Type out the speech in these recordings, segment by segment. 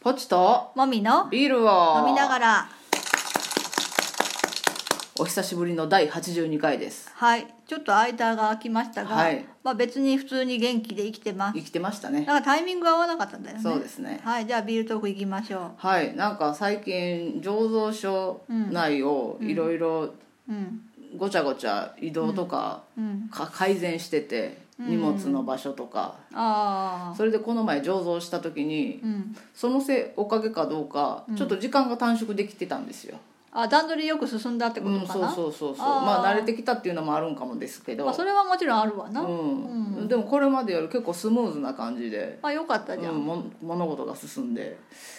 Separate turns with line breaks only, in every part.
ポチと
もみの
ビールを
飲みながら
お久しぶりの第82回です
はいちょっと間が空きましたが、
はい
まあ別に普通に元気で生きてます
生きてましたね
なんかタイミングが合わなかったんだよね
そうですね
はいじゃあビールトーク行きましょ
はいなんか最近醸造所内をいろいろ
ううん
ごちゃごちゃ移動とか,、
うん
か改善してて荷物の場所とか、
ああ
それでこの前醸造した時に
うん
そのせいおかげかどうかちょっと時間が短縮できてたんですよ、
あ段取りよく進んだってこ
うん
とか
そう
な、
そうそうそう
あー
まあ慣れてきたっていうのもあるんかもですけど、
まあ、それはもちろんあるわな、
うんでもこれまでより結構スムーズな感じで、
まあよかったじゃ、
うんん、も物事が進んで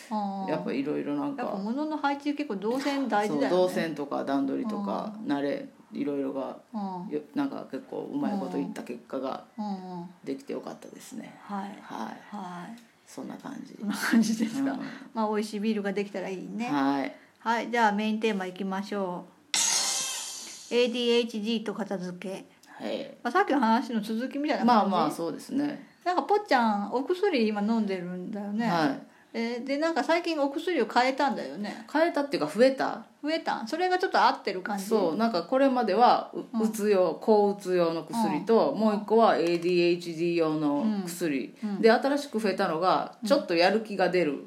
あー
やっぱいろいろなん
やっぱ
か
物の配置結構動線大
そ
事
う
だよね
動線とか段取りとか慣れいろいろが
うん
よなんか結構うまいこといった結果が
うんうん
できてよかったですね
はい
はい
はい
そんな感じ
こんな感じですか、
うん
まあ美味しいビールができたらいいね
はい
はい、じゃあメインテーマいきましょう。ADHD と片付け。
はい
まあ、さっきの話の続きみたいな
まあ
感じ
まあそうですね
なんかぽっちゃんお薬今飲んでるんだよね、
はい
えーでなんか最近お薬を変えたんだよね
変えたっていうか増えた
増えたんそれがちょっと合ってる感じ
そうなんかこれまではううつ用抗うつ用の薬と、もう一個は ADHD 用の薬、で新しく増えたのがちょっとやる気が出る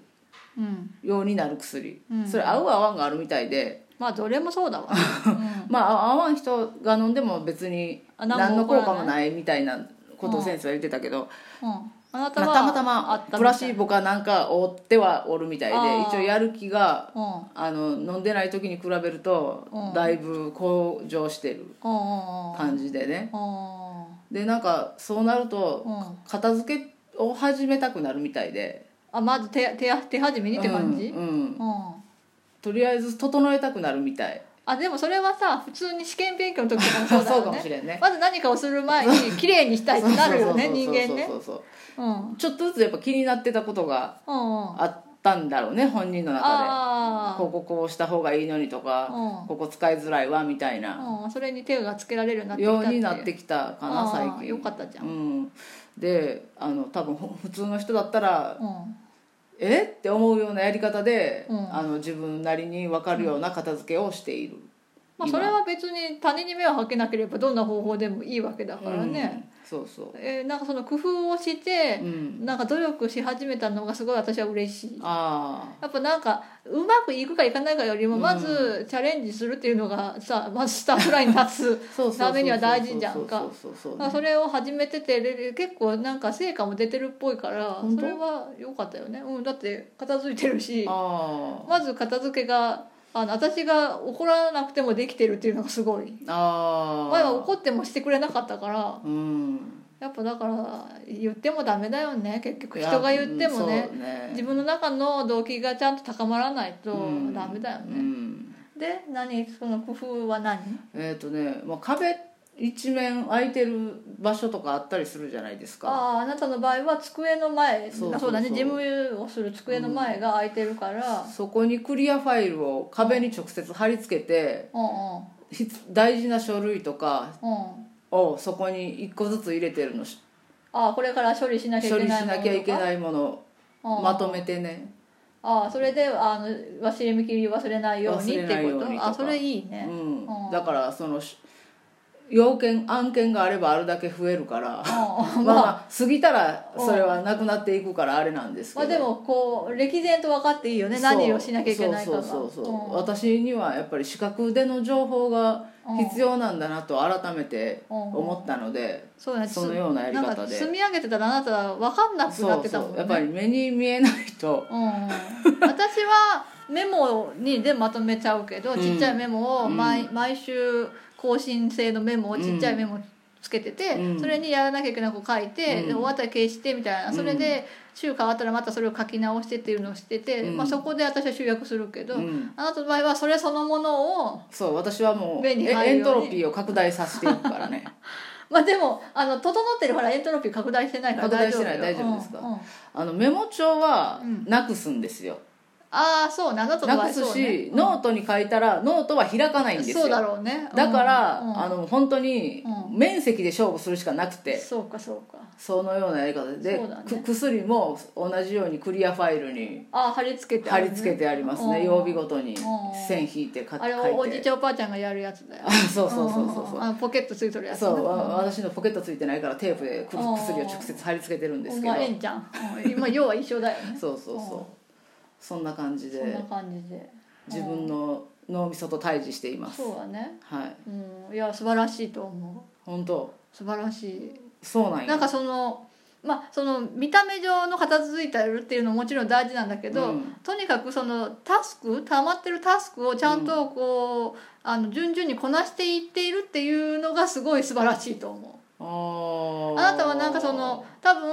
う、ん、
ようになる薬、
うん
それ合う合わんがあるみたいで、
まあどれもそ うだわ、うん
まあ合わん人が飲んでも別に
あ
何
何
の
も
効果もないみたいなことを先生は言ってたけど、
うんあなた
ま
は
あたまた
あ
ま
った
プ
み
ラ
た
シ
い
ーボかなんか追ってはおるみたい
あ
で
ー
一応やる気が
うんうん
あの飲んでない時に比べると
うん
だいぶ向上してる
うんうん
感じでね、
うん
でなんかそうなると
うん
片付けを始めたくなるみたいで
あまず手手手始めにって感じ、
うんうん
うん
とりあえず整えたくなるみたい
あでもそれはさ普通に試験勉強の時とかもそう だ
そうか
よ
も
ね
しれんね
まず何かをする 前に綺麗にしたいってなるよね
そう
人
そう
間ね
そうそうそう
うんうんうん
ちょっとずつやっぱ気になってたことが
あ
あったんだろうね本人の中で
あ
こここうした方がいいのにとか
うん
ここ使いづらいわみたいな
ー、うん、それに手がつけられるようになってき
よ
た
う
って
になってきた
いう
かな
あ
最
ー
近
よかったじゃん
うん、であの多分ほ普通の人だったら
うん
えって思うようなやり方で、
うん
あの自分なりに分かるような片付けをしている、
まあ、それは別に他人に迷惑かけなければどんな方法でもいいわけだからね、
うん、そうそう、
えーなんかその工夫をして
う、ん、
なんか努力し始めたのがすごい私は嬉しい
あ
やっぱなんかうまくいくかいかないかよりも
うん
まずチャレンジするっていうのがさまずスタートラインに立
あそうそうそうそう
ダメには大事じゃんか
そうそうそう
つ
そう
あそれを始めててで結構なんか成果も出てるっぽいから
本当
それは良かったよね、うん、だって片付いてるし
あー
まず片付けがあの私が怒らなくてもできてるっていうのがすごい
あー
前は怒ってもしてくれなかったから
うん
やっぱだから言ってもダメだよね結局人が言っても
いやうん
ね
そうね
自分の中の動機がちゃんと高まらないと
うん
ダメだよ
う
ね、
ん
で何その工夫は何
えっ、とね、まあ、壁一面空いてる場所とかあったりするじゃないですか
あああなたの場合は机の前
そうそうそう
あそうだね事務をする机の前が空いてるから、
そこにクリアファイルを壁に直接貼り付けて
うん、うん
ひつ大事な書類とか
うん
をそこに一個ずつ入れてるのし
ああこれから処理しなきゃい
処
け
理し
ない
なきゃいけ
い、
ないもの
うん
まとめてね、
ああそれであの忘れ見切り忘れないようにって
忘れない
い
よ
う
う
こと
にとか
あそれいいうね、
ん
うん
だからそのし要件案件があればあるだけ増えるから
う
まあ
ん
まあ過ぎたらそれはなくなっていくからあれなんですけ
まあ
ど、
でもこう歴然と分かっていいよね何をしなきゃいけないかが
そうそうそうそう、
うん
私にはやっぱり視覚での情報が必要なんだなと改めて思ったので、
そうね
そのようなやり方で
なんか積み上げてたらあなた分かんなくな
そ
っ
う
てたもん
そ
ね
うやっぱり目に見えないと、
うん、私はメモにでまとめちゃうけど、
うん
ちっちゃいメモを毎,、
う
毎週更新制のメモをちっちゃいメモつけてて、
うん
それにやらなきゃいけないこと書いて、
うん
で終わったら消してみたいなそれで週変わったらまたそれを書き直してっていうのをしてて、
うん
まあ、そこで私は集約するけど、
うん
あなたの場合はそれそのものを
そう私はもう
目
え
に入るよう
エント
に
ロピーを拡大させていくから ね
まあでもあの整ってるほらエントロピー拡大してないから大丈夫よ
拡大してない大丈夫ですか
うんうん
あのメモ帳は
うん
なくすんですよ、
ああそう長とか
な
は
くす
そう
し
ね、
ノートに書いたらノートは開かないんですよ
そうだろうね
だから、
うんうん
あの本当に
うん
面積で勝負するしかなくて、
そうかそうか
そのようなやり方でで
そうだね
く薬も同じようにクリアファイルに
ああ貼り付けてあ
貼
る
り
ね
付けてありますね、
うん
曜日ごとに
ん
線引いてか
あれ
書いて
おおじいちゃんおばあちゃんがやるやつだよ
あ そうそうそうそうそ
んんん
う
あのポケットついとるやつね
そうわ
ん
私のポケットついてないからテープでくる
うん
薬を直接貼り付けてるんですけ
お
ど
前ええんちゃんうん今要は一緒だよね
そうそうそう そんな感じ
そん
で
な感じで
自分の脳みそと対峙しています
そうだね
はい
うんいや素晴らしいと思
本当
う素晴らしい
そうなんや
なんかそのまあその見た目上の片付いてるっていうのももちろん大事なんだけど、
うん
とにかくそのタスク溜まってるタスクをちゃんとこう、あの順々にこなしていっているっていうのがすごい素晴らしいと思
あ
う。
ー
あなたはなんかその多分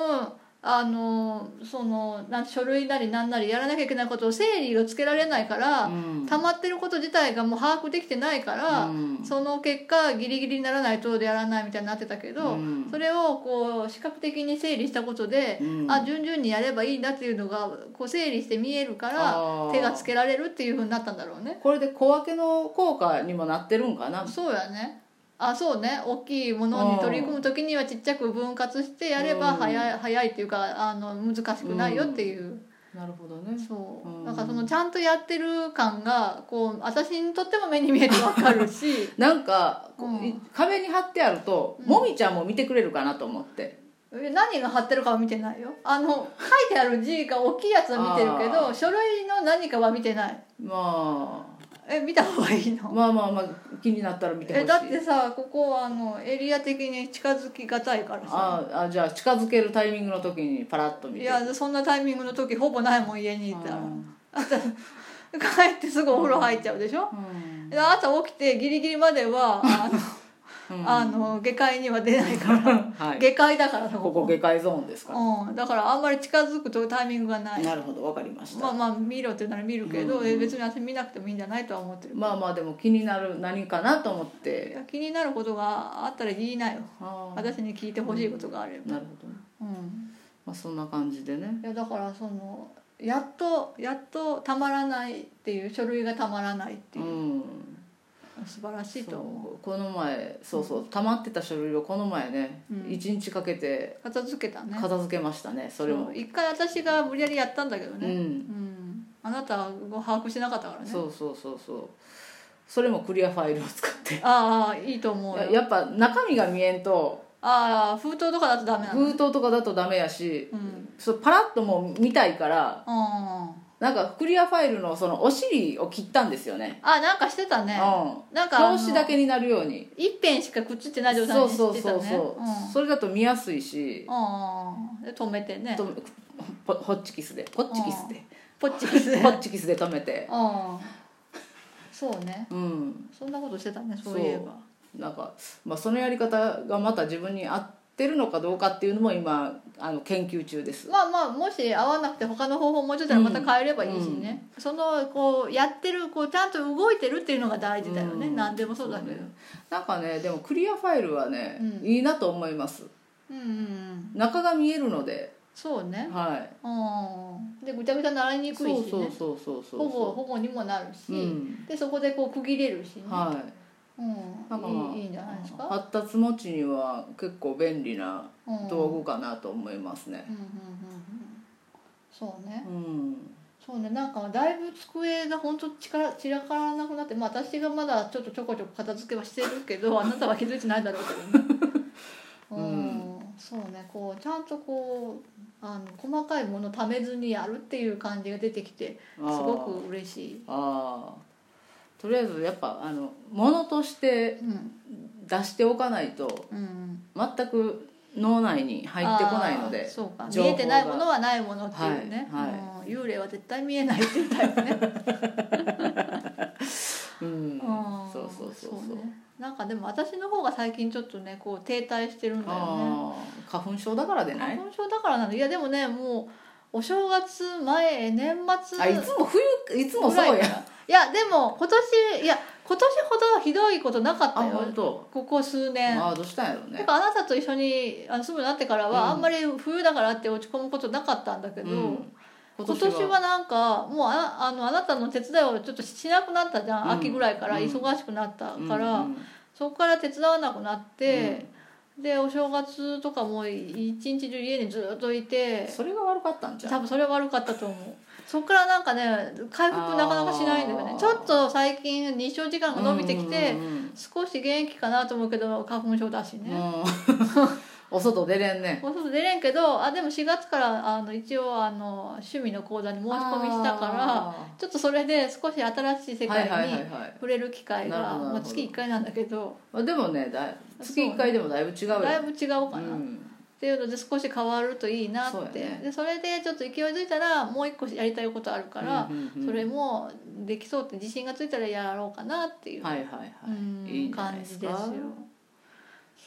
あのそのなん書類なりなんなりやらなきゃいけないことを整理をつけられないから、
うん
溜まってること自体がもう把握できてないから、
うん
その結果ギリギリにならないとでやらないみたいになってたけど、
うん
それをこう視覚的に整理したことで、
うん
あ順々にやればいいんだっていうのがこう整理して見えるから
あー
手がつけられるっていうふうになったんだろうね。
これで小分けの効果にもなってるんかな
そうやねあそうね大きいものに取り組む時にはちっちゃく分割してやれば
うん
早い早いっていうかあの難しくないよっていう。
なるほどね
そう、
うん
なんかそのちゃんとやってる感がこう私にとっても目に見えてわかる し
なんか、こう
うん
い壁に貼ってあると、
うん
もみちゃんも見てくれるかなと思って
え何が貼ってるかは見てないよあの書いてある字が大きいやつは見てるけ
あ
ど
ー
書類の何かは見てない
ま
え見た方がいい
あ
の、
まあまあまあ気になったら見てほし
え
い
だってさここはあのエリア的に近づきがたいからさ
ああじゃあ近づけるタイミングの時にパラッと見て
いやそんなタイミングの時ほぼないもん家にいたら
うん
帰ってすぐお風呂入っちゃうでしょ、
うん
で朝起きてギリギリまではあの,、
うん
あの下界には出ないから
はい
下界だからさ
ここ下界ゾーンですから、
うん、だからあんまり近づくとタイミングがない
なるほどわかりました、
まあまあ見ろって言うなら見るけど、
うん
え別に私見なくてもいいんじゃないとは思ってる、
まあまあでも気になる何かなと思っ
い
て
や気になることがあったら言いなよ
ああ
私に聞いてほしいことがあれば
なるほどね、
うん、
まあ、そんな感じでね
いやだからそのやっとやっとたまらないっていう書類がたまらないって
う
いう、
ん
素晴らしいと思う
そうこの前そうそう溜まってた書類をこの前ね、
うん
一1日かけて
片付けたね
片付けましたねそれも
そう一回私が無理やりやったんだけど
う
ね、
ん
うんあなたが把握してなかったからね
そうそうそうそうそれもクリアファイルを使って
ああいいと思う
や
よ
やっぱ中身が見えんと
ああ封筒とかだとダメなの
封筒とかだとダメやし、
うん
そうパラッともう見たいから
あ
なんかクリアファイルのそのお尻を切ったんですよね
あなんかしてたね
うん
なんかあの
表紙だけになるように
一辺しかくっつってない状態
そう
に
そう
して
そ
た
う
ね
そう、それだと見やすいし、
うんうんで止めてね
とほ ホッチキスでホッチキスで
ポッチキスで
ホッチキスで止めて
うんそうね
うん
そんなことしてたねそういえば
なんか、まあ、そのやり方がまた自分に合ってるのかどうかっていうのも今あの研究中です
まあまあもし合わなくて他の方法もうちょっとまた変えればいいしね、そのこうやってるこうちゃんと動いてるっていうのが大事だよね、
うん
何でもそうだけど
そうねなんかねでもクリアファイルはね、
うん
いいなと思います
うんうんうん
中が見えるので
そうね
はい
うんでぐちゃぐちゃになりにくいしね
そうそうそうそうそう
保護保護にもなるし、
うん
でそこでこう区切れるしね、
はいなんか
う
まあ
ん、いいいいんじゃないですか、
発達持ちには結構便利な
うん、
道具かなと思いますね
うんうんうんうんそうね
うん
そうねなんかだいぶ机が本当力散らからなくなってまあ私がまだちょっとちょこちょこ片付けはしてる けどあなたは気づいてないだろうけどねうん、そうねこうちゃんとこうあの細かいものためずにやるっていう感じが出てきて
す
すごく嬉しい、
あーとりあえずやっぱあの物として
うん
出しておかないと
うん、
全く脳内に入ってこないの
あー
で
そうか見
情報
え
が
てないものはないものっていうね、
はい
うん、幽霊は絶対見えないっていうタイプね
うん
あー
そうそうそうそう
ねなんかでも私の方が最近ちょっとねこう停滞してるんだよね
あー花粉症だからでな
花
い
粉症だからなんだいやでもねもうお正月前年末
あいつも冬いつもそう
ぐらい
や
からいやでも今年いや今年ほどひどいことなかっ
あ
たよ
本当
ここ数年
ああどうしたんやろう
て
ね
かあなたと一緒にあの住むようになってから
うん
はあんまり冬だからって落ち込むことなかったんだけど、
うん今
今年はなんかもうああのあなたの手伝いをちょっとしなくなったじゃん、
うん
秋ぐらいから
うん
忙しくなったから、
うんうん
そこから手伝わなくなって、でお正月とかも一日中家にずっといて
それが悪かったんじゃん
多分それは悪かったと思うそこからなんかね回復なかなかしないんだよ
あ
ね
ー
ちょっと最近日照時間が伸びてきて、
うんうんうん
少し元気かなと思うけど花粉症だしね、
うん お外出れんね
もうちょっと出れんけどあでも4月からあの一応あの趣味の講座に申し込みしたから
あ
ちょっとそれで少し新しい世
ーはいは
界
いはい
に
はい
触れる機会が、
なるほどなる
ま
ほ
あ、
ど
月1回なんだけど
まあでもねだい月1回でもだいぶ違うよ
だいぶ違うかな、
う
っ
ん
ていうので少し変わるといいな
そう
っ
や
て
ね
でそれでちょっと勢いづいたらもう一個やりたいことあるから、
うんうんうん
それもできそうって自信がついたらやろうかなっていう、
はいはいは
う
い
ん
いいんじゃない
感
で
じ
す
ですよ
か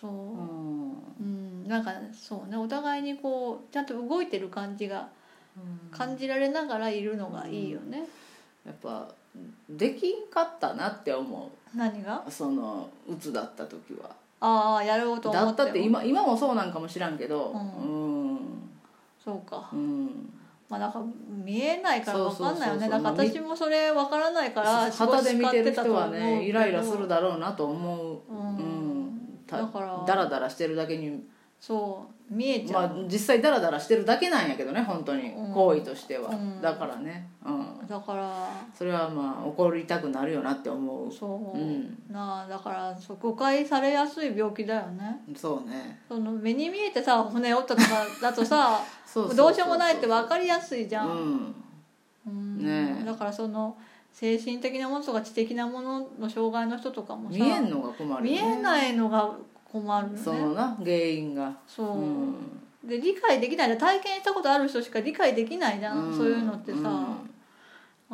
そう、
うん
うん、なんかそうねお互いにこうちゃんと動いてる感じが感じられながらいるのがいいよね、
やっぱできんかったなって思
何が
うその鬱だった時は
ああやろうと思
だ
っ
ってた
も
って今今もそうなんかも知らんけどう
う
ん
そうか
うん
まあなんか見えないから分かんない
そ
よね
うそうそうそう
だから私もそれ分からないから
旗で見てる人は
少し使ってたと思うけど
ねイライラするだろうなと思う
うん
た
だから
ダラダラしてるだけに
そう見えち
ま
ゃ
あ
う、
実際ダラダラしてるだけなんやけどね本当に
うん
行為としては
うん
だからねうん
だから
それはまあ怒りたくなるよなって思
そう、
うん
なあだからそう誤解されやすい病気だよね
うそうね
その目に見えてさ骨折ったとかだとさ
そそそ
どうしようもないって分かりやすいじゃん、
うん
うん
ねえ
だからその精神的なものとか知的なものの障害の人とかもさ
見えんのが困る
見
よね
えないのが困るよね
そ
そう
のな原因がうん
で理解できないじゃん体験したことある人しか理解できないじゃん、
ん
そういうのってさ、
う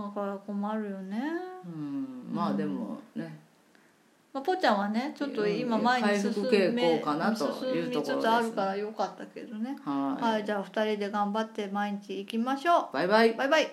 ん
だから困るよね、
うんまあでもね
まあ、ぽちゃんはねちょっと今
うん
前に
回
進
復傾
め
向かなと
進
いうと
み
ころ
つ
です
つあるからよかったけどね
は
はい、じゃあ2人で頑張って毎日行きましょ
いバイバイ
うバイバイ